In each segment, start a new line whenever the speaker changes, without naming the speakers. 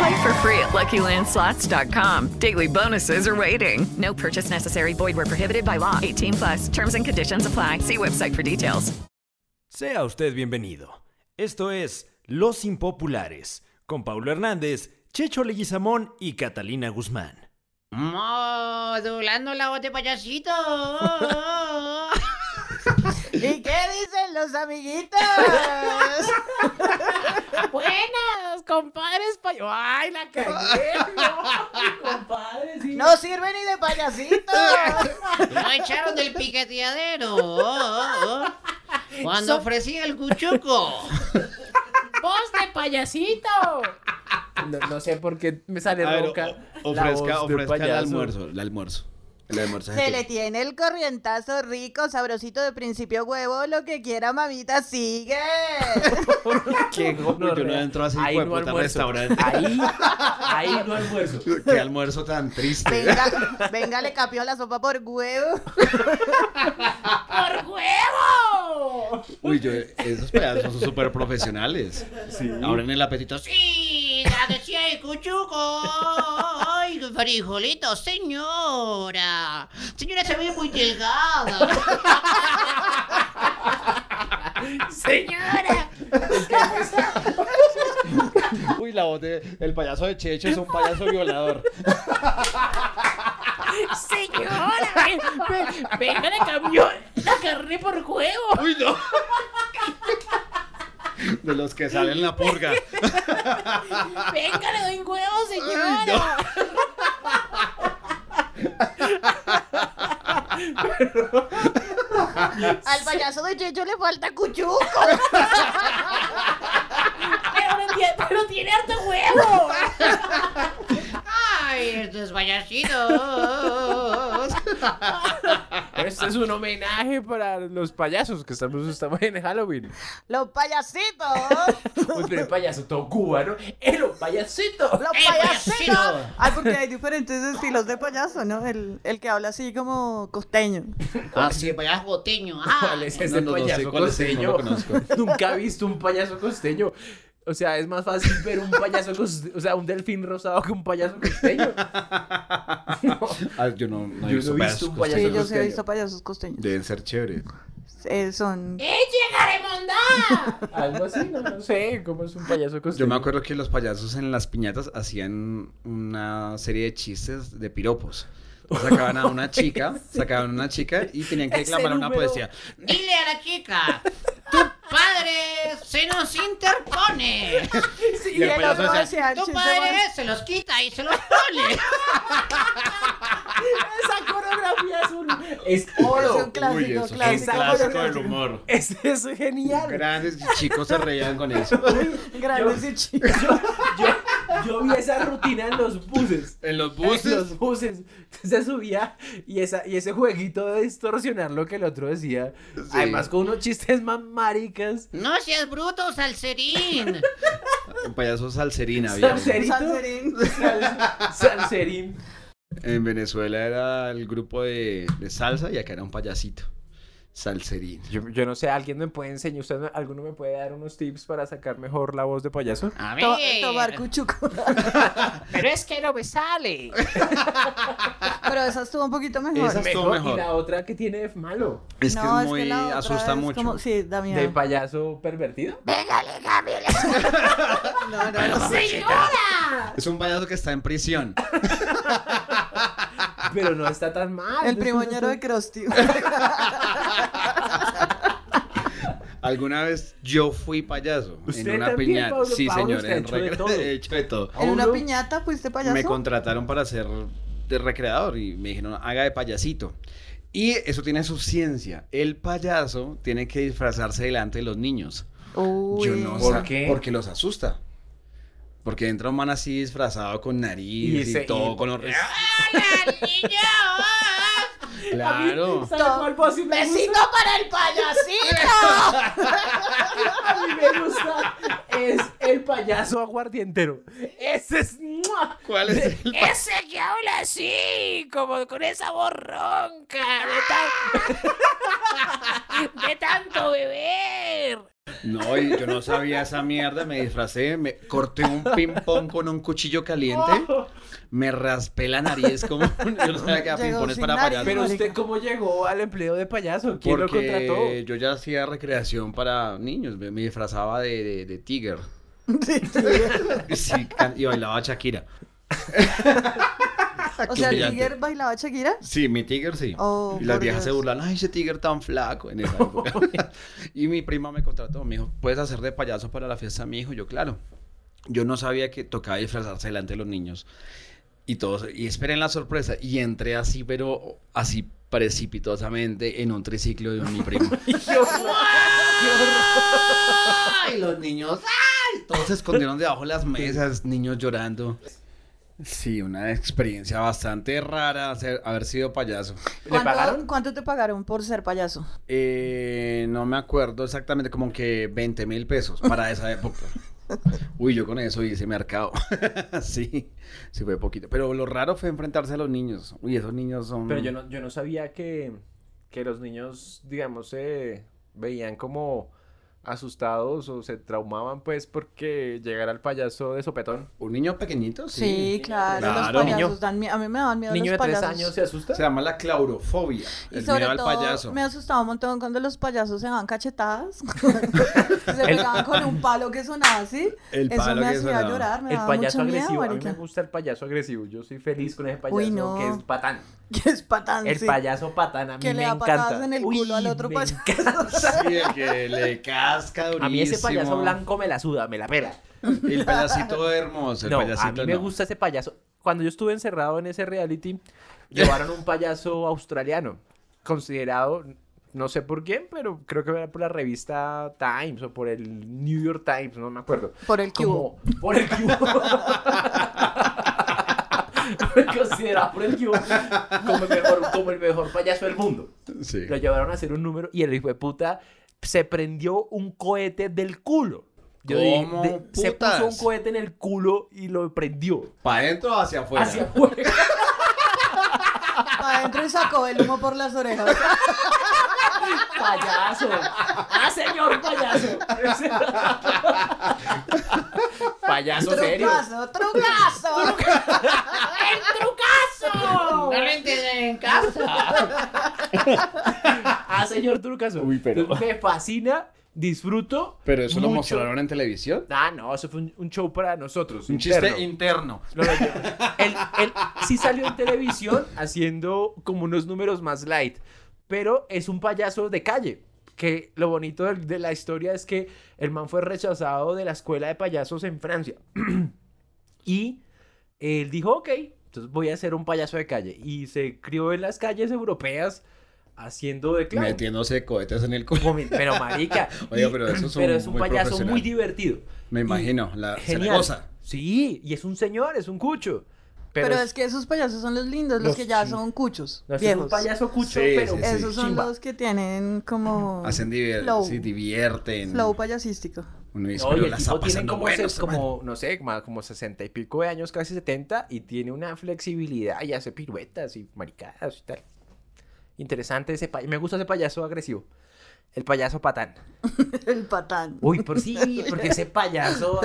Play for free at LuckyLandSlots.com. Daily bonuses are waiting. No purchase necessary. Void were prohibited by law. 18 plus. Terms and conditions apply. See website for details.
Sea usted bienvenido. Esto es Los Impopulares con Paulo Hernández, Checho Leguizamón y Catalina Guzmán.
Modulando la voz de payasito. ¿Y qué dicen los amiguitos? Buenas, compadres pay- ¡Ay, la cagué! No, compadres. sí. No sirve ni de payasito.
No echaron del piqueteadero. Cuando ofrecí el cuchuco.
¡Voz de payasito!
No, no sé por qué me sale
A ver,
roca.
o-
la voz de
ofrezca,
un
ofrezca el
payaso.
almuerzo, el almuerzo. El almuerzo.
Se le tiene el corrientazo rico, sabrosito de principio huevo, lo que quiera mamita, sigue.
Qué
Yo no
gonorrea.
entro así,
Ahí
hijo de
no
puta,
almuerzo.
restaurante.
Ahí, ahí no almuerzo.
Qué almuerzo tan triste.
Venga, venga, le capió la sopa por huevo.
¡Por huevo!
Uy, yo, esos payasos son súper profesionales. Ahora en el apetito. Sí.
Sí, la que sí hay cuchuco. Ay, frijolito, señora. Señora se ve muy delgada.
¡Señora!
Uy, la voz de. El payaso de Checho es un payaso violador.
¡Señora! ven- ven- ¡Venga, la camión! ¡La carré por huevo!
Uy, no. De los que salen en la purga.
¡Venga, le doy un huevo, señora!
Al payaso de Checho le falta cuchuco.
Pero, no tiene, pero tiene harto huevo.
Ay, estos payasitos.
Este es un homenaje para los payasos que estamos, estamos en Halloween.
Los payasitos.
Uy, pero el payaso todo cubano. ¡El payasito!
Los
¡Eh,
payasitos.
payasito!
Ay, porque hay diferentes estilos de payaso, ¿no? El, el que habla así como costeño.
Ah, sí, payaso goteño. Ah,
¿Cuál es ese
No, no, no sé
payaso
cuál es, no
costeño?
lo conozco.
Nunca he visto un payaso costeño. O sea, es más fácil ver un payaso costeño, o sea, un delfín rosado que un payaso costeño.
Ah, yo no, no
Yo no he visto un payaso.
Sí, yo sí he
costeño.
visto payasos costeños.
Deben ser chéveres.
Eh, son.
¡Eh, llegaré mondá!
Algo así, no, no sé cómo es un payaso costeño.
Yo me acuerdo que los payasos en las piñatas hacían una serie de chistes de piropos. Sacaban a una chica, sacaban a una chica y tenían que
Ese
declamar una
número.
poesía.
Dile a la chica, tu padre se nos interpone.
Sí,
el
el
payaso
otro
decía,
decía,
Tu
"Chiste
padre se los quita y se los pone.
Esa coreografía es un... Es oro.
clásico,
Uy, eso es un
clásico.
clásico del humor.
Es, es genial.
Grandes chicos se reían con eso.
Grandes y chicos.
Yo, yo vi esa rutina en los buses.
En los
En
buses.
los buses. Se subía y, esa, y ese jueguito de distorsionar lo que el otro decía. Además, con unos chistes más maricas.
No seas bruto, salserín.
Un payaso salserín había.
Salserito.
Salserín.
Sal- salserín.
En Venezuela era el grupo de, de salsa y acá era un payasito. Salserín.
Yo, yo no sé, alguien me puede enseñar, usted me- alguno me puede dar unos tips para sacar mejor la voz de payaso.
A
To-
ver.
Tomar cuchuco.
Pero es que no me sale.
Pero esa estuvo un poquito mejor.
Esa estuvo mejor.
Y la otra que tiene de malo,
Es que
No,
es muy.
la otra
asusta
es
mucho.
como- Sí, da miedo.
de payaso pervertido.
No, no, no.
¡Señora!
Es un payaso que está en prisión.
Pero no está tan mal.
El
no está
primoñero
tan-
de Krusty.
Alguna vez yo fui payaso
¿Usted
en una
también,
piñata.
Pablo?
sí,
Pablo,
señor,
usted ha
en
hecho de
recre-
todo.
he hecho de todo.
¿En una piñata fuiste payaso?
Me contrataron para ser de recreador y me dijeron, haga de payasito. Y eso tiene su ciencia. El payaso tiene que disfrazarse delante de los niños. Yo no
¿Por
sa-
qué?
Porque los asusta. Porque entra un man así disfrazado con nariz
Y
y,
ese-
todo,
y-
con los...
A mí,
Claro.
¿sabe cuál voz me
¡Besito
gusta?
para el payasito!
A mí me gusta es el payaso aguardientero. Ese es. ¡mua!
¿Cuál es el
payaso?
Ese que habla así, como con esa voz ronca de, tan- de tanto beber.
No, y yo no sabía esa mierda, me disfracé, me corté un ping-pong con un cuchillo caliente, me raspé la nariz como... Yo no sabía que
Llegó
era ping-pong es
sin
para
nariz,
payasos.
Pero usted, ¿cómo llegó al empleo de payaso? ¿Quién lo
Porque
contrató?
yo ya hacía recreación para niños, me, me disfrazaba de, de, de Tiger. Sí, can- y bailaba Shakira.
O sea,
Qué
Tiger bailaba Shakira.
Sí, mi Tiger sí.
Oh,
y las
por
viejas se
Dios.
burlan, ay, ese Tiger tan flaco en esa época. y mi prima me contrató, me dijo, ¿puedes hacer de payaso para la fiesta de mi hijo? Yo, claro. Yo no sabía que tocaba disfrazarse delante de los niños. Y todos, y esperen la sorpresa. Y entré así, pero así precipitosamente en un triciclo de mi primo. ¡Ay! Los niños, ¡ay! Todos se escondieron debajo de las mesas, niños llorando. Sí, una experiencia bastante rara ser- haber sido payaso.
¿Cuánto, cuánto te pagaron por ser payaso?
Eh, no me acuerdo exactamente, como que 20 mil pesos para esa época. Uy, yo con eso hice mercado. sí, sí fue poquito. Pero lo raro fue enfrentarse a los niños. Uy, esos niños son...
Pero yo no, yo no sabía que, que los niños, digamos, se veían como asustados o se traumaban, pues, porque llegara el payaso de sopetón.
¿Un niño pequeñito?
Sí, claro, Los payasos dan miedo. A mí me daban miedo
Niño de
los
tres
payasos.
años se asusta.
Se llama la claurofobia.
Y
el
sobre
miedo al
todo,
payaso.
me asustaba un montón cuando los payasos se daban cachetadas. se pegaban con un palo que sonaba así.
El
Eso
palo
me
que
hacía
sonaba.
llorar, me
el
daba
payaso
mucho miedo,
agresivo. a mí
marica.
me gusta el payaso agresivo. Yo soy feliz con ese payaso
Uy, no.
que es patán.
Que es patán,
El
sí.
payaso patán a mí
Que
me
le da patadas
encanta.
en el
Uy,
culo al otro payaso.
Sí, el que le casca durísimo.
a mí ese payaso blanco me la suda, me la pela.
El payasito hermoso, el
no, a
payasito
mí me
no.
gusta ese payaso. Cuando yo estuve encerrado en ese reality, llevaron un payaso australiano, considerado, no sé por quién, pero creo que era por la revista Times o por el New York Times, no me acuerdo.
Por el cubo.
Por el cubo. considerado por el cubo como el mejor, como el mejor payaso del mundo.
Sí.
Lo llevaron a hacer un número y el hijo de puta se prendió un cohete del culo. dije,
¿Cómo,
de- se
putas?
puso un cohete en el culo y lo prendió.
¿Para adentro o hacia afuera?
Hacia
Adentro y sacó el humo por las orejas.
payaso. ¡Ah, señor payaso! payaso serio.
Trucazo, trucazo.
¡Trucazo!
No lo entienden en casa.
¡Ah, señor Trucaso! Uy,
pero-
Me fascina, disfruto.
Pero eso lo
mucho.
mostraron en televisión.
Ah, no, eso fue un, un show para nosotros.
Un
interno.
chiste interno.
No, no, yo- él, él sí salió en televisión haciendo como unos números más light, pero es un payaso de calle. Que lo bonito del- de, la historia es que el man fue rechazado de la escuela de payasos en Francia. y él dijo, ok, entonces voy a ser un payaso de calle. Y se crió en las calles europeas haciendo de clown.
Metiéndose cohetes en el culo.
Comi- Pero marica.
Oiga,
y-
pero eso es un-
pero es un
muy Ah,
payaso
profesional.
muy divertido.
Me imagino. La, se la
Genial.
goza.
Sí, y es un señor, es un cucho.
Pero,
Pero,
es... que esos payasos son los lindos, los,
Los
que ya
chi-
son cuchos.
No, ese es
viejos.
un payaso cucho,
Sí,
pero
sí, sí.
Esos son
chimba.
los que tienen como.
Hacen divier
flow,
sí, divierten.
flow payasístico.
Uno dice,
No, y
pero
el
la
tipo
está
tiene
pasando
como,
bueno.
se-
este man.
como, no sé, como, como 60 y pico de años, casi 70, y tiene una flexibilidad y hace piruetas y maricadas y tal. Interesante ese payaso. Me gusta ese payaso agresivo. El payaso patán.
El patán.
Uy, por sí, porque ese payaso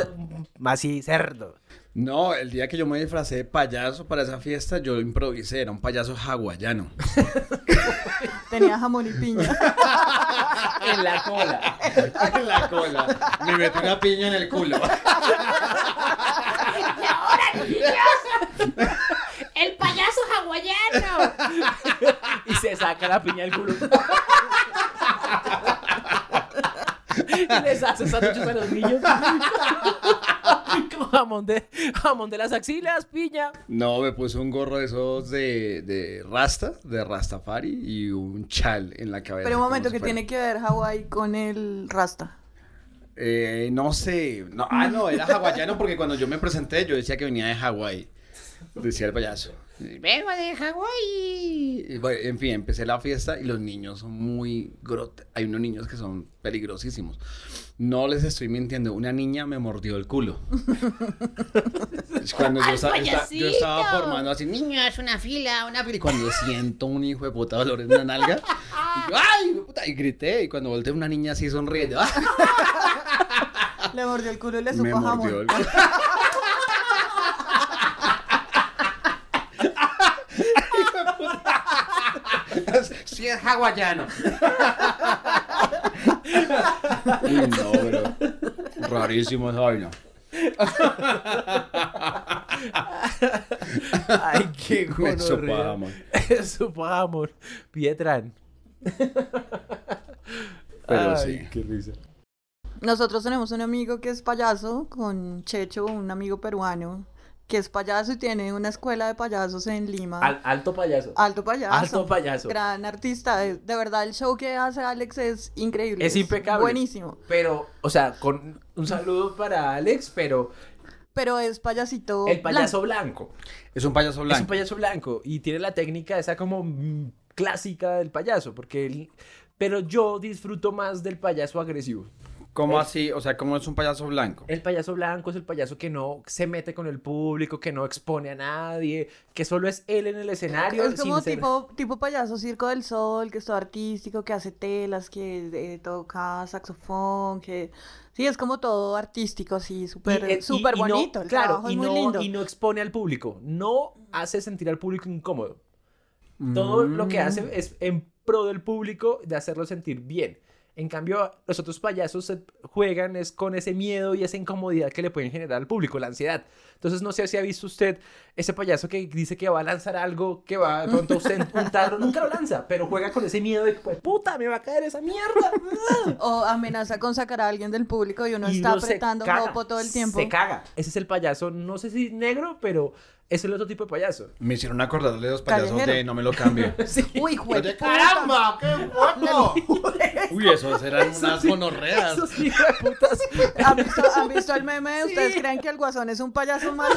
mm, así cerdo.
No, el día que yo me disfracé de payaso para esa fiesta, yo improvisé. Era un payaso hawaiano.
Tenía jamón y piña.
En la cola.
en la cola. Me metí una piña en el culo.
¡El payaso hawaiano!
Y se saca la piña del culo. y les hace sándwiches a los niños. Con jamón de, jamón de las axilas, piña.
No, me puse un gorro de esos de, de rasta, de rastafari y un chal en la cabeza.
Pero un
como
momento,
si
que
fuera-
tiene que ver Hawái con el rasta?
Eh, no sé. No, ah, no, era hawaiano porque cuando yo me presenté yo decía que venía de Hawái. Decía el payaso. Vengo de Hawái. Y bueno, en fin, empecé la fiesta y los niños son muy grot... Hay unos niños que son peligrosísimos. No les estoy mintiendo. Una niña me mordió el culo. Es cuando yo,
¡Al
esta- esta- yo estaba
payasito!
formando así, niña.
Niños, una fila, una fila.
Y cuando siento un hijo de puta dolor en la nalga, y yo, ¡ay! hijo de puta! Y grité. Y cuando volteé, una niña así sonriendo. ¡ah!
Le mordió el culo y le
Me
supo a jamón.
mordió el culo. Sí, es hawaiano. Uy, no, bro. Rarísimo esa vaina.
Ay, qué
Me sopa
gonorrea.
jamón.
Sopa jamón. Pietran.
Pero
Ay,
sí.
qué risa.
Nosotros tenemos un amigo que es payaso, con Checho, un amigo peruano, que es payaso y tiene una escuela de payasos en Lima.
Al- alto payaso.
Ah. Alto payaso.
Alto payaso.
Gran artista. De de verdad, el show que hace Alex es increíble.
Es impecable.
Buenísimo.
Pero, o sea, con un saludo para Alex, pero
Pero es payasito.
el payaso blanco.
Es un payaso
Es un payaso blanco y tiene la técnica esa como mm, clásica del payaso, porque él... Pero yo disfruto más del payaso agresivo. Eh.
¿Cómo así? O sea, ¿cómo es un payaso blanco?
El payaso blanco es el payaso que no se mete con el público, que no expone a nadie, que solo es él en el escenario.
Es como
sin ser-
tipo, tipo payaso circo del sol, que es todo artístico, que hace telas, que eh, toca saxofón, que... Sí, es como todo artístico, así,
Y- eh,
súper
y-
súper
y no-
bonito. el
claro,
trabajo
y
es muy
no,
lindo.
y no expone al público, no hace sentir al público incómodo. Todo lo que
Mm.
hace es en pro del público de hacerlo sentir bien. En cambio, los otros payasos se juegan es con ese miedo y esa incomodidad que le pueden generar al público, la ansiedad. Entonces, no sé si ha visto usted ese payaso que dice que va a lanzar algo, que va de pronto a usted untarlo, nunca lo lanza, pero juega con ese miedo de pues, puta, me va a caer esa mierda.
O amenaza con sacar a alguien del público y uno
Y
está
uno se
apretando
caga,
jopo todo el tiempo.
Se caga. Ese es el payaso, no sé si negro, pero es el otro tipo de payaso.
Me hicieron acordar de los payasos
Callejero.
de No me lo ¡Ah, cambio.
Uy,
Los de-
¡Caramba! ¡Qué guapo!
Uy, esos eran unas gonorreas.
¿Han visto, han visto el meme? ¿Ustedes creen que el guasón es un payaso más?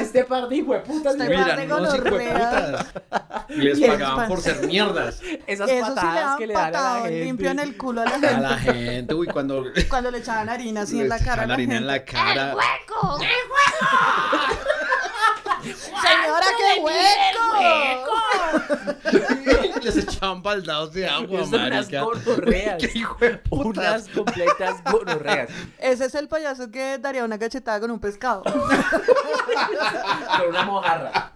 este par de hijueputas.
Este
Mira,
par de
unos
gonorreas.
Y les
Y es
pagaban por ser mierdas.
Esas
Eso sí le daban
patadas que le dan a la
patadón
gente.
limpio en el culo a la
A
gente.
la gente, uy, cuando
Cuando le echaban harina así
les
en la cara. a
echaban
la
harina en
gente.
la cara.
¡Hueco!
Señora, qué hueco.
les echaban baldados de agua,
Son unas
marica.
gonorreas. Unas completas gonorreas.
Ese es el payaso que daría una cachetada con un pescado.
Con una mojarra.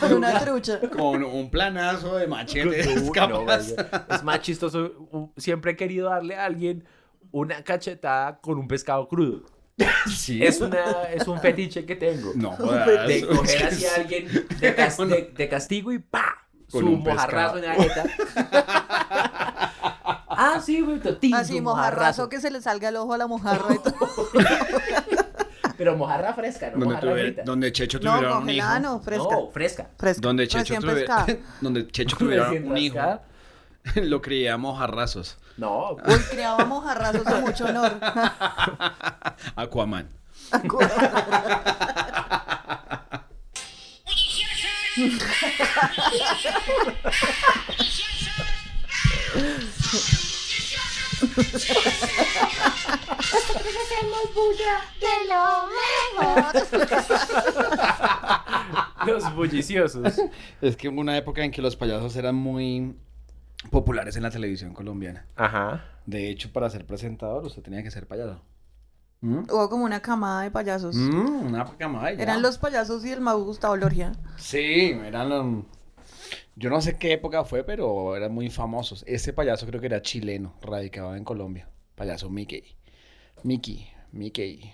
con una trucha.
Con un planazo de machete.
No,
Es capaz.
vaya, es más chistoso. u- Siempre he querido darle a alguien una cachetada con un pescado crudo.
Sí.
Es, una, es un fetiche que tengo.
No jodas.
De coger así a alguien de, cas- de- de castigo y ¡pa!
Con
su
un
mojarrazo
pescado.
en la jeta. ah, sí, güey. totín,
Así,
su
mojarrazo que se le salga el ojo a la mojarra y todo.
Pero mojarra fresca, no
Donde,
mojarra
tuviera-
frita.
donde Checho
No,
tuviera un hijo.
congelada no, fresca.
No, fresca.
fresca.
Donde Checho
Recién
tuviera,
pescada.
donde Checho tuviera
Recién
un hijo.
rascada.
Lo criamos a razos.
No, pues,
Uy, criaba mojarrazos con mucho honor.
Aquaman.
Hacemos bulla de lo
los bulliciosos.
Es que hubo una época en que los payasos eran muy populares en la televisión colombiana.
Ajá.
De hecho, para ser presentador, usted tenía que ser payaso.
Hubo como una camada de payasos.
Mm, una camada y ya.
Eran los payasos y el mago Gustavo Lorgia.
Sí, eran los... Yo no sé qué época fue, pero eran muy famosos. Este payaso creo que era chileno, radicado en Colombia. Payaso Mickey. Mickey, Mickey.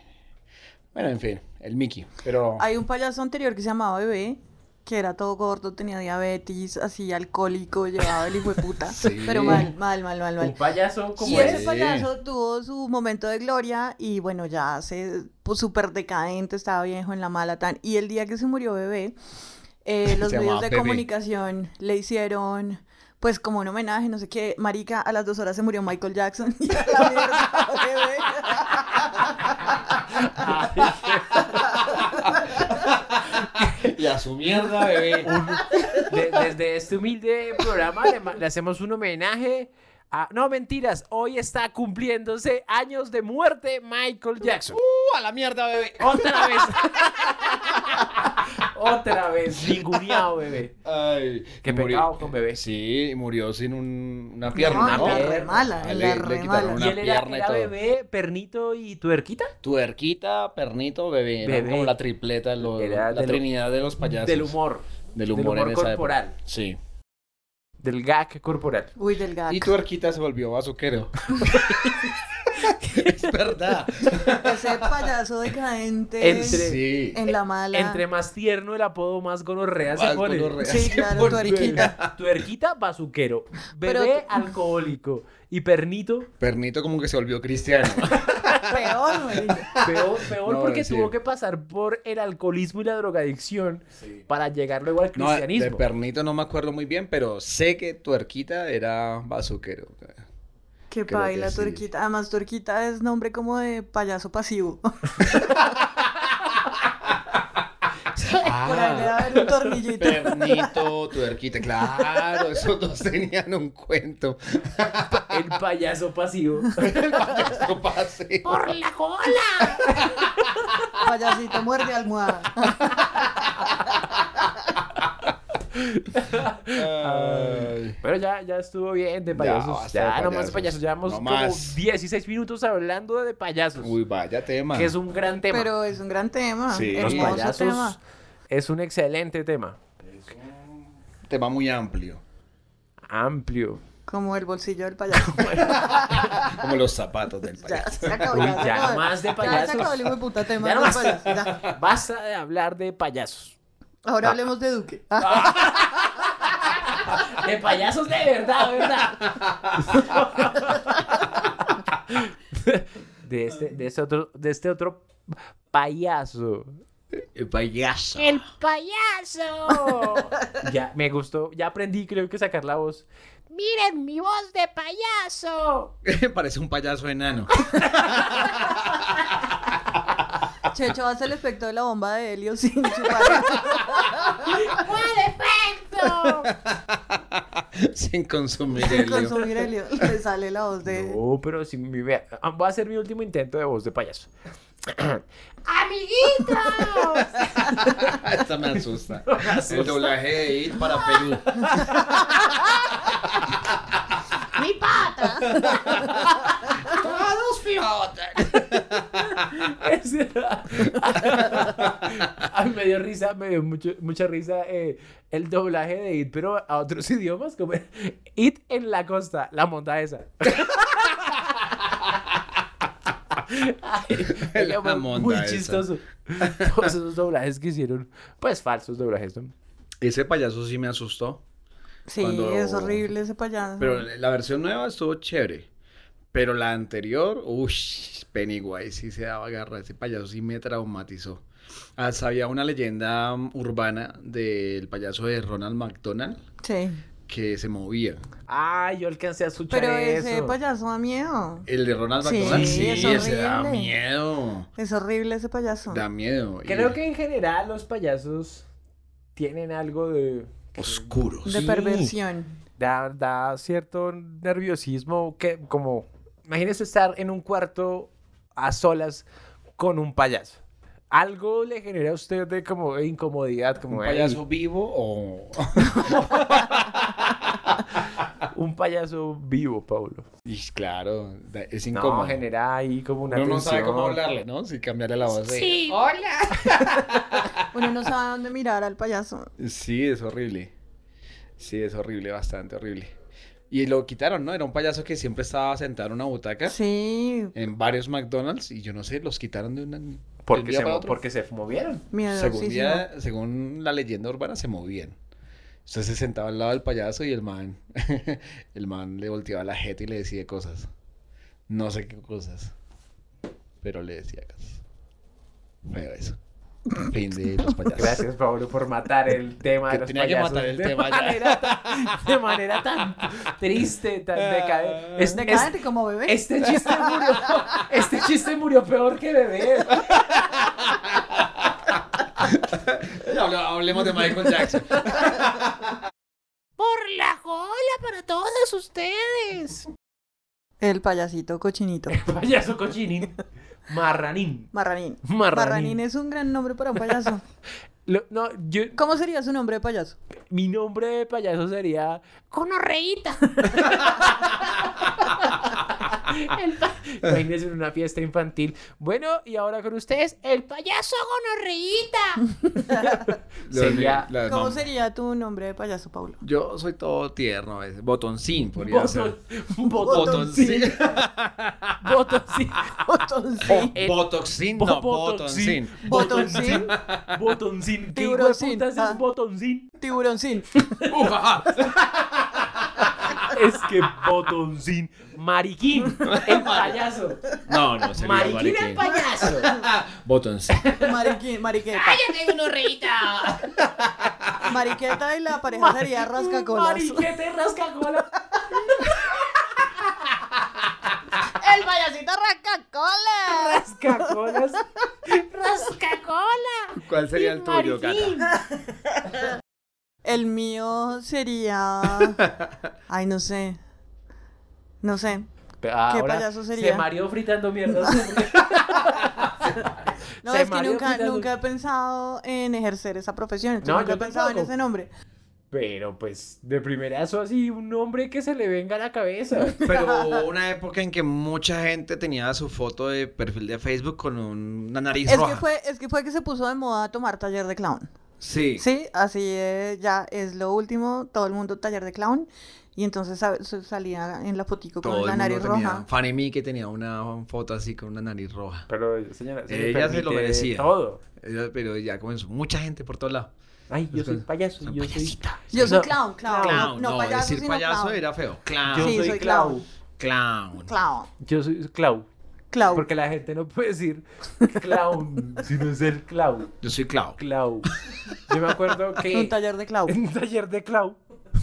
Bueno, en fin, el Mickey. Pero
Hay un payaso anterior que se llamaba Bebé, que era todo gordo, tenía diabetes, así alcohólico, llevaba el hijo de puta.
Sí.
Pero mal, mal, mal, mal, mal.
Uh.
Un payaso como
Y ese
ese.
payaso tuvo su momento de gloria y bueno, ya se pues, súper decadente, estaba viejo en la mala tan. Y el día que se murió bebé, eh, los
Se
medios
llamaba
de
Bebé.
comunicación le hicieron pues como un homenaje, no sé qué, marica, a las dos horas se murió Michael Jackson. Y a la mierda, bebé.
Y a su mierda, bebé.
De- desde este humilde programa le, ma- le hacemos un homenaje a... No, mentiras. Hoy está cumpliéndose años de muerte Michael Jackson.
¡Uh, a la mierda, bebé!
Otra vez. Otra vez, ninguneado, bebé.
Ay,
Qué pecado con bebé.
Sí, murió sin un- una pierna,
No, la
¿no?
re
mala,
Ah,
la
le,
re
le quitaron
mala.
una
Y él era,
pierna y
era
todo.
bebé, pernito y tuerquita.
Tuerquita, pernito, bebé. eran
Bebé.
como la tripleta, lo-
Era
la
del-
trinidad de los payasos.
Del humor.
Del humor, en esa época.
corporal.
Sí.
Del gag corporal.
Uy, del gato.
Y tuerquita se volvió bazuquero. es verdad.
Ese payaso decadente
Entre- Sí.
en la mala.
Entre más tierno el apodo, más gonorrea se
Más
pone.
gonorrea Sí, se claro, pone.
tuerquita. Tuerquita, bazuquero. Bebé, alcohólico. Y pernito,
Pernito como que se volvió cristiano.
peor, marica.
peor, peor
No,
porque
sí.
tuvo que pasar por el alcoholismo y la drogadicción para llegar luego al
No, de
cristianismo.
pernito no me acuerdo muy bien, pero sé que tuerquita era bazuquero.
Que
Creo que
baila
sí.
Turquita. Además, Turquita es nombre como de payaso pasivo. Por ahí debe haber un tornillito.
Ah. Pernito, tuerquita, claro, esos dos tenían un cuento.
El payaso pasivo.
¡Por la cola!
Payasito muerde almohada.
Pero ya, ya estuvo bien de
Ya,
payasos.
basta
Ya,
de
no más
payasos.
de payasos. Llevamos
No
como
más.
16 minutos hablando de payasos.
Uy, vaya tema.
Que es un gran tema.
Pero es un gran tema.
Sí.
Los
Hermoso
payasos
tema.
es un excelente tema.
tema muy amplio.
Amplio.
Como el bolsillo del payaso.
Como los zapatos del payaso.
ya, se acabó.
Uy,
se
ya,
acabó.
más de
Ya se acabó el hijo de puta tema
Ya no
del
más.
payaso, ya.
Basta de hablar de payasos.
Ahora
Ah.
hablemos de Duque.
De payasos de verdad, ¿verdad? De este, de este otro, de este otro payaso.
payaso.
¡El payaso!
Ya, me gustó. Ya aprendí, creo que sacar la voz.
¡Miren mi voz de payaso!
Parece un payaso enano.
Ah.
Checho hace el efecto de la bomba de helio sin chupar.
¡Cuál efecto!
Sin consumir
sin
helio.
consumir helio. Le sale la voz de.
No, pero si me... vea- ah, Voy a hacer mi último intento de voz de payaso.
¡Amiguitos!
Esta me asusta.
asusta.
El doblaje de ir para Perú.
¡Mi pata! ¡Todos flotan!
Es- Ay, me dio risa, me dio mucho- mucha risa eh, el doblaje de It, pero a otros idiomas, como It en la costa, la monta esa. Ay, me
La
llama
monda
muy
esa.
chistoso. Todos esos doblajes que hicieron, pues falsos doblajes, ¿no?
Ese payaso sí me asustó.
Sí,
Cuando-
es horrible ese payaso.
Pero la versión nueva estuvo chévere. Pero la anterior, uff, Pennywise sí se daba garra. Ese payaso sí me traumatizó. Ah, había una leyenda um, urbana del payaso de Ronald McDonald
Sí.
que se movía.
Ah, yo alcancé a escuchar
Pero ese
eso.
payaso da miedo.
El de Ronald
Sí,
McDonald, sí,
es
ese da
horrible.
miedo.
Es horrible ese payaso.
Da miedo. Y
Creo que en general los payasos tienen algo de...
Oscuro.
De
Sí.
perversión.
da, da cierto nerviosismo que como imagínese estar en un cuarto a solas con un payaso. Algo le genera a usted de como incomodidad, como
¿Un
"Ay,
payaso vivo o.?
un payaso vivo, Paulo.
Y claro, da- es
No,
incómodo.
genera ahí como una
Uno no sabe
tensión.
cómo hablarle, ¿no? Si cambiarle la voz. de-
Sí. ¡Hola!
Uno no sabe dónde mirar al payaso.
Sí, es horrible. Sí, es horrible, bastante horrible. Y lo quitaron, ¿no? Era un payaso que siempre estaba sentado en una butaca.
Sí.
En varios McDonald's y yo no sé, los quitaron de una.
Porque
de un día
se
para
mo-
otro.
porque se movieron.
Según,
Miedosísimo.
día- según la leyenda urbana, se movían. Entonces se sentaba al lado del payaso y el man, el man le volteaba la jeta y le decía cosas. No sé qué cosas. Pero le decía cosas. Feo eso. Fin de los payasos.
Gracias, Pablo, por matar el tema
Que
de los
tenía que
payasos
matar el
de
tema ya.
manera tan- de manera tan triste, tan
Ah.
decadente. Es-
Decadente
es-
como bebé.
Este chiste murió, este chiste murió peor que bebé.
Hable- hablemos de Michael Jackson.
Por la jola para todos ustedes.
El payasito cochinito.
Payaso cochinín. Marranín.
Marranín.
Marranín.
es un gran nombre para un payaso.
Lo- no, yo,
¿Cómo sería su nombre de payaso?
mi nombre de payaso sería
Conorreíta.
el pa- Imagínense en una fiesta infantil. Bueno, y ahora con ustedes, el payaso gonorreíta. Sería-
La-
¿Cómo
no.
sería tu nombre de payaso, Paulo?
Yo soy todo tierno a veces. Botoncín podría ser.
Botón- Botoncín. Botoncín.
Botoncín.
El-
Botoxín,
Bo-
no,
botoncín.
botoncín.
Botoncín.
Botoncín. ¿Qué hijo de
Tiburoncín,
putas
ah.
es botoncín?
Tiburoncín.
Ujaja.
Es que botoncín. Mariquín. El payaso.
No, no, sería
Mariquín, el
mariquín.
payaso.
Botoncín.
Mariquín, mariqueta.
¡Cállate, gonorreíta!
Mariqueta y la pareja sería rascacolas.
Mariquete rascacola.
El payasito rascacolas.
Rascacolas.
Rascacola.
¿Cuál sería el tuyo, Cata?
El mío sería. Ay, no sé. No sé. ¿Qué
ah, Ahora
payaso
Se
sería?
mareó fritando mierda.
No,
Se
es que
mareó
nunca,
fritando-
nunca he pensado en ejercer esa profesión. entonces
No,
nunca
yo
he pensado en
tampoco.
ese nombre.
Pero pues, de primerazo así, un hombre que se le venga a la cabeza.
Pero hubo una época en que mucha gente tenía su foto de perfil de Facebook con un- una nariz
Es
roja.
que, fue, es que fue que se puso de moda tomar taller de clown.
Sí.
Sí, así es, ya es lo último. Todo el mundo taller de clown. Y entonces sa- se- salía en la fotico con
Todo
la
el
nariz
mundo tenía.
roja.
Fanny Mee que tenía una foto así con una nariz roja.
Pero, señora, se le
ella se lo
permite
merecía.
Todo.
Ella- pero ya comenzó. Mucha gente por todos lados.
Ay, yo soy
Entonces,
payaso. Yo soy,
Yo soy
No,
clown, clown.
Clown.
no,
No,
payaso,
decir
sino
payaso
clown.
era feo. Clown.
yo
Sí,
soy
soy
clown.
Clown.
Clown.
Yo soy clown.
Clown.
Porque la gente no puede decir clown, sino ser clown.
Yo soy clown.
Clown. Yo me acuerdo
Un
que
taller de clown.
en un taller de clown.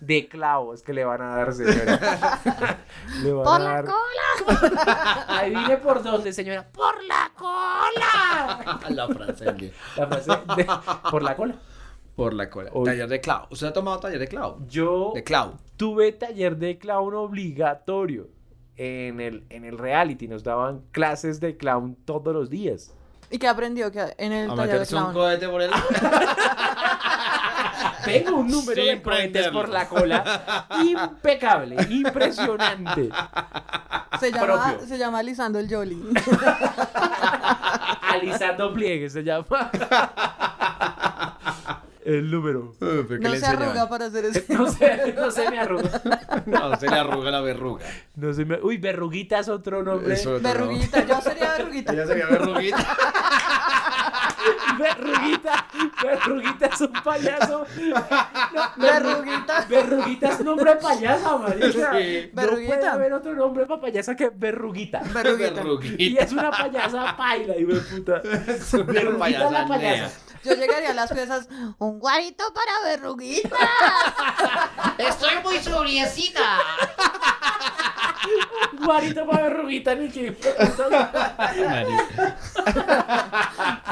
De clavos que le van a dar, señora. Le van
Por
a
la
dar.
cola.
Adivine por dónde, señora.
Por la cola.
La frase que-
La frase de- por la cola.
Por la cola.
Uy.
Taller de clown. ¿Usted ha tomado taller de clown?
Yo
De clown.
tuve taller de clown obligatorio en el, en el reality. Nos daban clases de clown todos los días.
¿Y qué aprendió? Que en el
A
taller de
meterse un
clown.
cohete por el.
Tengo un número
Sin
de cohetes
prenderlo.
por la cola impecable, impresionante.
ah,
Se llama,
propio.
se llama Alisando el Jolly.
Alisando pliegues se llama. El número.
¿Pero qué
No
le
se
enseñaban?
arruga para hacer eso.
No se, no se me arruga.
No, se le arruga la verruga.
No se me... Uy, verruguita es otro nombre.
Eso otro
Verruguita, yo sería verruguita.
no. Ella sería verruguita.
Verruguita, verruguita es un payaso. No, no, no.
Verruguita.
Verruguita es nombre de payasa, marica.
Sí.
No
Verruguita.
puede haber otro nombre para payasa que verruguita.
Verruguita.
Y
Verruguita.
es una payasa paila, hijo de puta. Verruguita
payasa
la payasa.
Yo llegaría a las piezas. Un guarito para verruguita.
Estoy muy sobriecita.
Guarito para verruguita, ni que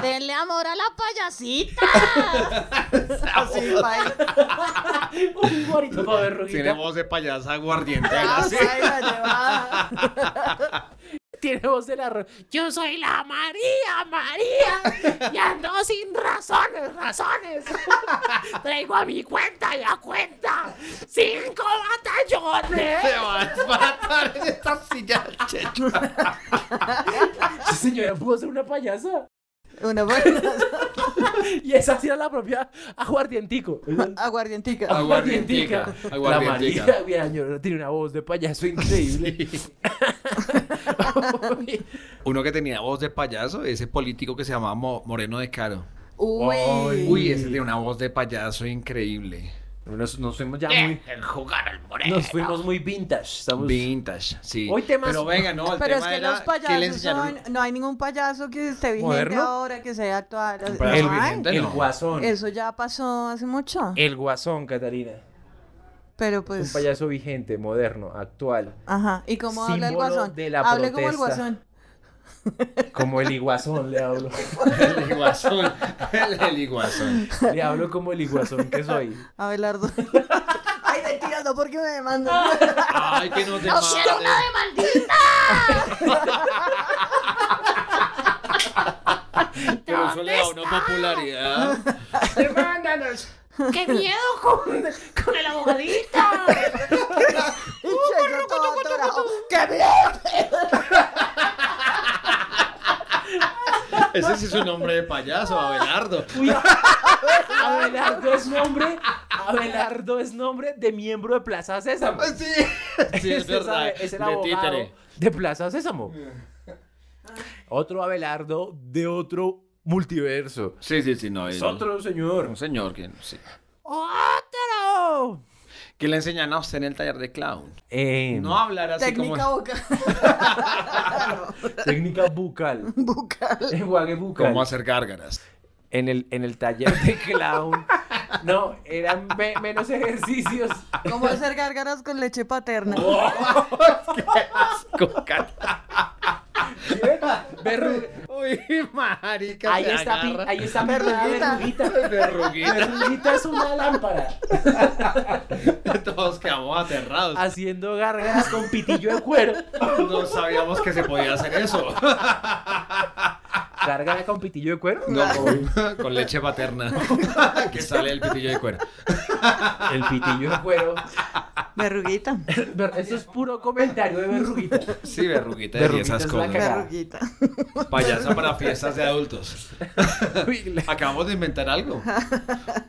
Denle amor a la payasita. Así, paila.
Un guarito para verruguita.
Tiene voz de payasa aguardiente.
Ah,
así.
paila, llevada.
Tiene voz de la ro-
Yo soy la María, María. Y ando sin razones, razones. Traigo a mi cuenta y a cuenta cinco batallones.
Te vas a matar en esta silla, Checho.
Sí, señora, ¿puedo ser una payasa?
Una buena.
y esa sí era la propia aguardientico.
Aguardientica.
Aguardientica. La
Aguardientica.
María, mira, señor, tiene una voz de payaso increíble.
Uno que tenía voz de payaso, ese político que se llamaba Mo- Moreno de Caro.
Uy.
Uy, ese tiene una voz de payaso increíble.
Nos, fuimos ya
muy... El jugar al moreno.
Nos fuimos muy vintage. Estamos...
Vintage, sí.
Hoy temas-
Pero venga, no, el
Pero es
tema
que
era
los
que le
payasos
enseñaron...
son. No hay ningún payaso que esté vigente
¿Moderno?
ahora, que sea actual.
Un
No
payaso
hay.
vigente, Eh,
El
no.
guasón.
Eso ya pasó hace mucho.
El guasón, Catalina.
Pero
Es
pues.
Un payaso vigente, moderno, actual.
Ajá. ¿Y cómo habla el
Símbolo
guasón?
de la
Hable como el
protesta.
guasón.
Como el iguazón le hablo.
El iguazón. El, el iguazón.
Le hablo como el iguazón que soy.
Abelardo. Ay, mentira, no porque me demandan.
Ah. Ay, que no te
¡No quiero
maten.
una de
Pero eso le da una popularidad.
¡Demándanos! ¡Qué miedo con, con el abogadito!
Uh,
Y yo todo atorado. ¡Qué bien!
Ese sí es un nombre de payaso, Abelardo.
Abelardo es nombre. Abelardo es nombre de miembro de Plaza Sésamo.
Ah, Sí, sí, es
Usted sabe,
verdad.
es el
De
abogado
títere.
de Plaza Sésamo. Otro Abelardo de otro multiverso.
Sí, sí, sí, no.
Es
el-
otro señor.
Un señor que, sí.
¡Otro!
que le enseñan a usted en el taller de clown.
Eh,
No hablar así
Técnica
como,
vocal.
Técnica bucal.
Bucal.
Enjuague bucal.
como hacer gárgaras.
en, el, en el taller de clown. No, eran me- menos ejercicios.
¿Cómo hacer gárgaras con leche paterna?
Oh.
Berru-
Uy, marica.
ahí, está, pi- ahí está pintada
Verruguita.
verruguita.
Verruguita.
Verruguita es una lámpara.
Todos quedamos aterrados.
Haciendo gárgaras con pitillo de cuero.
No sabíamos que se podía hacer eso.
¿Gárgara con pitillo de cuero?
No, con, con leche paterna. Que sale el pitillo de cuero.
El pitillo de cuero.
Verruguita.
Ver- Eso es puro comentario de verruguita.
Sí, verruguita, y
Verruguita
esas
es la
cosas.
cagada.
Verruguita.
Payasa para fiestas de adultos.
Uy,
Acabamos de inventar algo.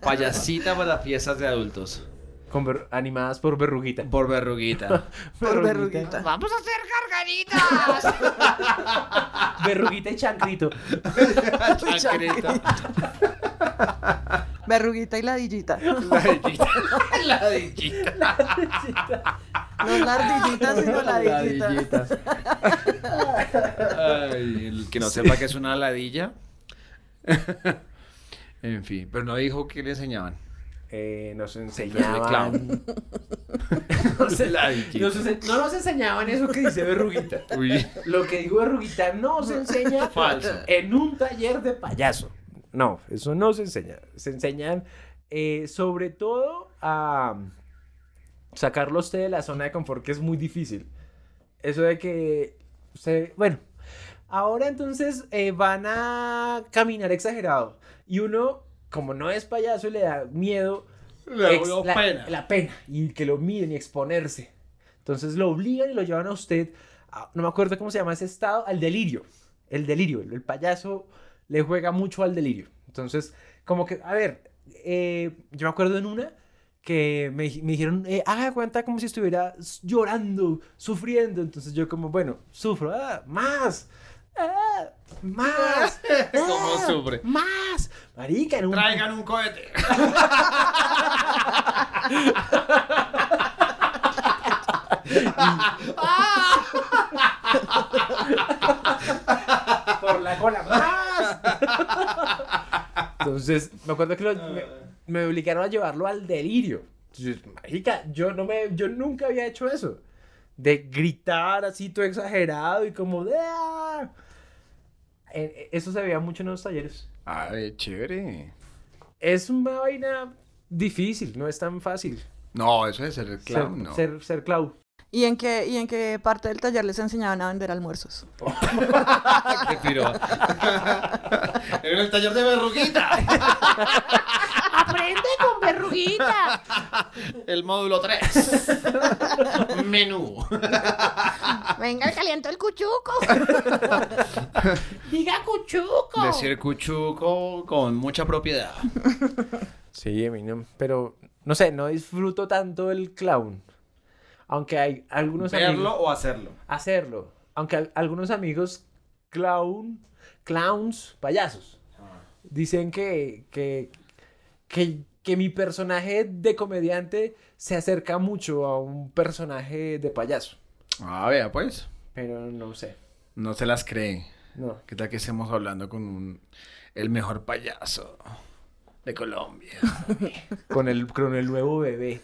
Payasita para fiestas de adultos.
con ver- animadas por verruguita.
Por verruguita.
Por verruguita.
¡Vamos a hacer gargaritas!
Verruguita y chancrito.
Chancreta.
Verruguita y ladillita.
La dillita. La dillita.
No lardillita, sino ladillita.
Ay, el que no sepa que es una ladilla. en fin, pero no dijo que le enseñaban.
Eh, nos
Pero de
enseñaban.
clown.
Nos en-
La dillita.
nos ense- no nos enseñaban eso que dice verruguita.
Uy.
Lo que digo verruguita no se enseña
Falso.
en un taller de payaso. No, eso no se enseña. Se enseñan eh, sobre todo a sacarlo a usted de la zona de confort, que es muy difícil. Eso de que se... Bueno, ahora entonces eh, van a caminar exagerado. Y uno, como no es payaso y le da miedo...
Le
ex-
dio
la-
pena.
la pena. Y que lo miden y exponerse. Entonces lo obligan y lo llevan a usted, a- no me acuerdo cómo se llama ese estado, al delirio. El delirio, el, el payaso le juega mucho al delirio. Entonces, como que, a ver, eh, yo me acuerdo en una que me, di- me dijeron, eh, haga de cuenta como si estuviera s- llorando, sufriendo. Entonces yo como, bueno, sufro, ah, más. ah, más,
¿Cómo
ah,
sufre?
Más, marica, en un
Traigan un cohete.
por la cola más. Entonces, me acuerdo que lo- me, me obligaron a llevarlo al delirio. Entonces, marica, yo no me, yo nunca había hecho eso. De gritar así todo exagerado y como de "Ah". Eh, eh, Eso se veía mucho en los talleres.
Ay, chévere.
Es una vaina difícil, no es tan fácil.
No, eso es ser
Ser,
clown, no.
ser, ser clown.
¿Y en, qué, ¿Y en qué parte del taller les enseñaban a vender almuerzos?
Qué piro. en el taller de verruguita.
Aprende con verruguita.
El módulo 3. Menú.
Venga, caliento el cuchuco. Diga cuchuco.
Decir cuchuco con mucha propiedad.
Sí, a mí no- pero no sé, no disfruto tanto el clown. Aunque hay algunos
¿Verlo
amigos-
o hacerlo?
Hacerlo. Aunque al- algunos amigos clown, clowns, payasos, dicen que, que, que, que mi personaje de comediante se acerca mucho a un personaje de payaso.
Ah, vea, pues.
Pero no sé.
No se las cree.
No.
¿Qué tal que estemos hablando con un- el mejor payaso de Colombia?
Con el, con el nuevo bebé.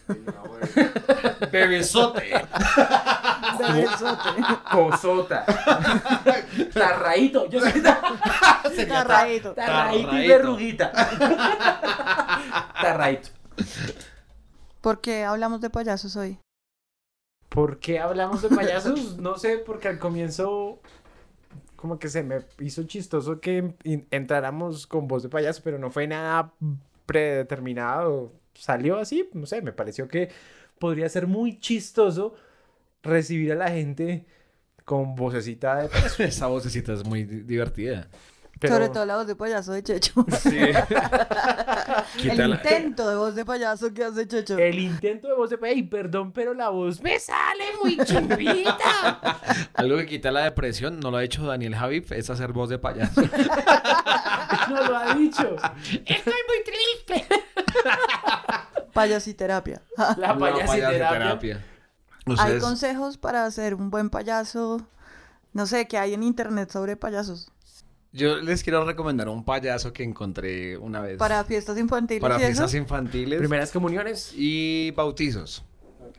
Bebesote.
Cosota. Tarraíto. Yo soy
Tarraíto.
Tarraíto y
Tarraíto.
verruguita. Tarraíto.
¿Por qué hablamos de payasos hoy?
¿Por qué hablamos de payasos? No sé, porque al comienzo como que se me hizo chistoso que in- entráramos con voz de payaso, pero no fue nada predeterminado. Salió así, no sé, me pareció que podría ser muy chistoso recibir a la gente con vocecita de payaso.
Esa vocecita es muy di- divertida.
Pero-
Sobre todo la voz de payaso de Checho. El
Quítala.
intento de voz de payaso que hace Checho.
Eh.
El intento de voz de payaso. Perdón, pero la voz me sale muy
Algo que quita la depresión, no lo ha hecho Daniel Javif, es hacer voz de payaso.
No lo ha dicho.
Estoy muy triste.
Payasiterapia.
La payasiterapia.
¿Hay
Ustedes-
consejos para ser un buen payaso? No sé, ¿qué hay en internet sobre payasos?
Yo les quiero recomendar un payaso que encontré una vez.
Para fiestas infantiles
Para
y eso.
fiestas infantiles.
Primeras comuniones.
Y bautizos.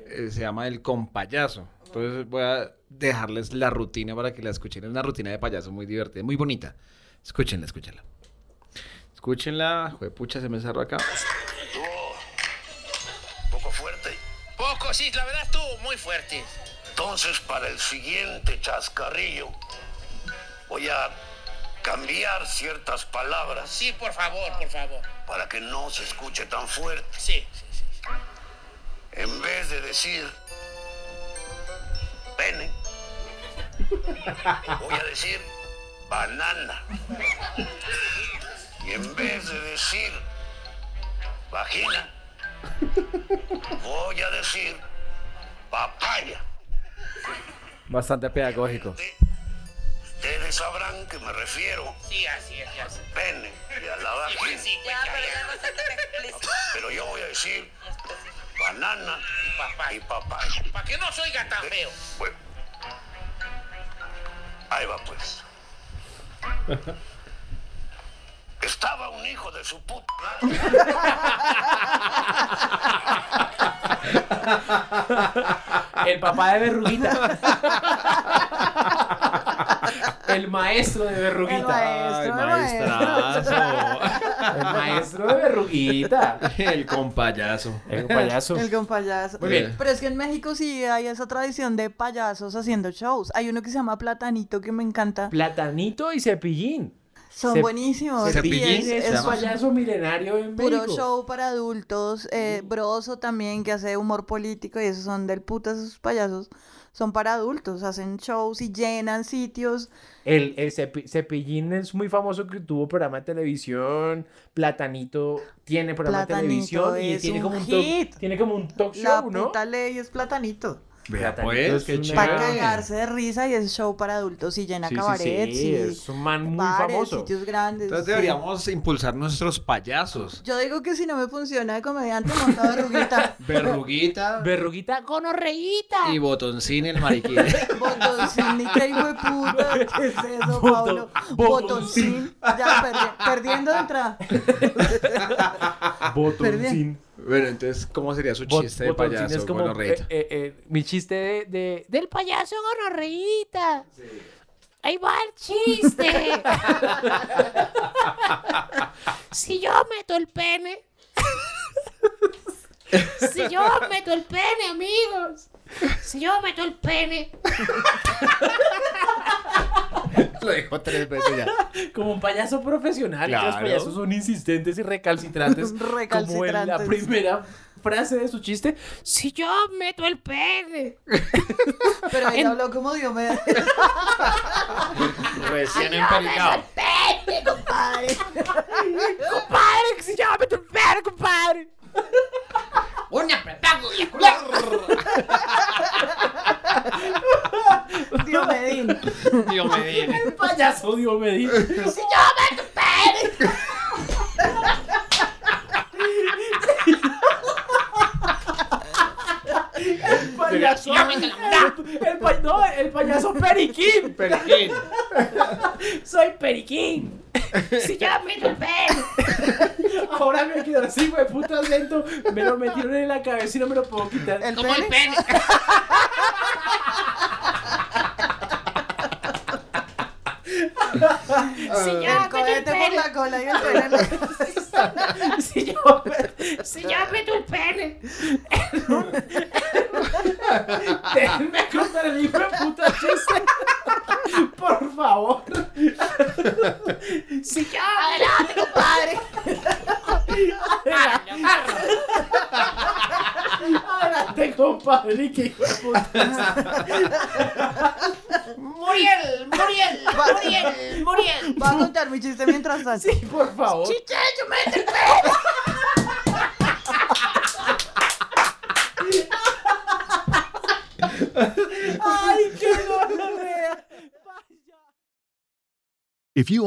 Eh, se llama el compayaso. Entonces voy a dejarles la rutina para que la escuchen. Es una rutina de payaso muy divertida, muy bonita. Escúchenla, escúchenla. Escúchenla. Juepucha, se me cerró acá.
Oh, poco fuerte. Poco, sí, la verdad estuvo muy fuerte. Entonces, para el siguiente chascarrillo, voy a cambiar ciertas palabras. Sí, por favor, por favor. Para que no se escuche tan fuerte. Sí, sí, sí. En vez de decir pene, voy a decir banana. Y en vez de decir vagina, Voy a decir papaya.
Bastante pedagógico.
Ustedes sabrán que me refiero. Sí, así es, así Pene y a la vagina. Pero yo voy a decir banana y papaya. Para que no se oiga tan feo. Bueno. Ahí va pues. Estaba un hijo de su puta
El papá de verruguita. El maestro de verruguita.
El maestrazo.
El maestro de verruguita.
El compayaso.
El compayazo.
El con payaso.
Muy bien.
Pero es que en México sí hay esa tradición de payasos haciendo shows. Hay uno que se llama Platanito que me encanta.
Platanito y cepillín.
Son
Cep-
buenísimos.
Cepillín
Y es-
es,
es
un payaso milenario en
Puro
México.
show para adultos. Eh, Broso también, que hace humor político y esos son del puta esos payasos. Son para adultos, hacen shows y llenan sitios.
El, el Cepi- cepillín es muy famoso que tuvo programa de televisión. Platanito tiene programa
Platanito
de televisión y
es
tiene
un
como, un
hit.
talk, tiene como un talk
La
show, ¿no?
puta ley es platanito.
Vea,
Platanito
pues,
es
qué
una-
Para cagarse de risa y es show para adultos y llena
Sí, sí, sí,
cabarets y
es
un man muy
bares,
famoso.
sitios grandes.
Entonces
sí.
deberíamos impulsar nuestros payasos.
Yo digo que si no me funciona de comediante, monta verruguita.
Verruguita
Verruguita
gonorreíta.
y botoncín el mariquín.
Botoncín, ni que hijo de puta. ¿Qué es eso, Pablo? Botoncín. Ya perdí- perdiendo de entrada.
Botoncín.
Bueno, entonces, ¿cómo sería su
Bot-
chiste de
botoncín
payaso?
es como,
Bueno, Reita.
eh, eh, eh, mi chiste de- de,
Del payaso gonorreíta. Ahí va el chiste. si yo meto el pene. si yo meto el pene,
eh.
amigos. Si yo meto el pene.
Lo dijo tres veces ya.
Como un payaso profesional.
Claro.
Los payasos son insistentes y recalcitrantes. Como en la
Recalcitrantes.
primera frase de su chiste. Si yo
meto el pene.
Pero ella habló como Dios me
Recién empelicado.
¡Pene, compadre! ¡Compadre, que si yo meto el pene, compadre!
Un apretago y a cular.
Diomedín.
Diomedín.
El payaso Diomedín.
¡Si yo meto el pene!
El payaso.
Ya me te la
El, pa- no, el payaso Periquín.
Periquín.
Soy Periquín.
¡Si yo meto el pene!
Ahora me quedo así, güey, puto acento. Me lo metieron en la cabeza y no me lo puedo quitar.
El
Como el pene. Si yo meto
El
el
cohete por
pene.
la cola y el pene en la-
Si yo,
Si yo meto el pene.
Déjenme contar el hijo de puta chiste. Por favor.
Si yo. Adelante, compadre. Agárralo, agárralo.
Adelante, compadre. y que hijo de puta.
Muriel, Muriel, Muriel, Muriel.
Va a contar mi chiste mientras tanto.
Sí, por favor.
Chichacho, mete el pene.
Ay, qué gonorrea.
If you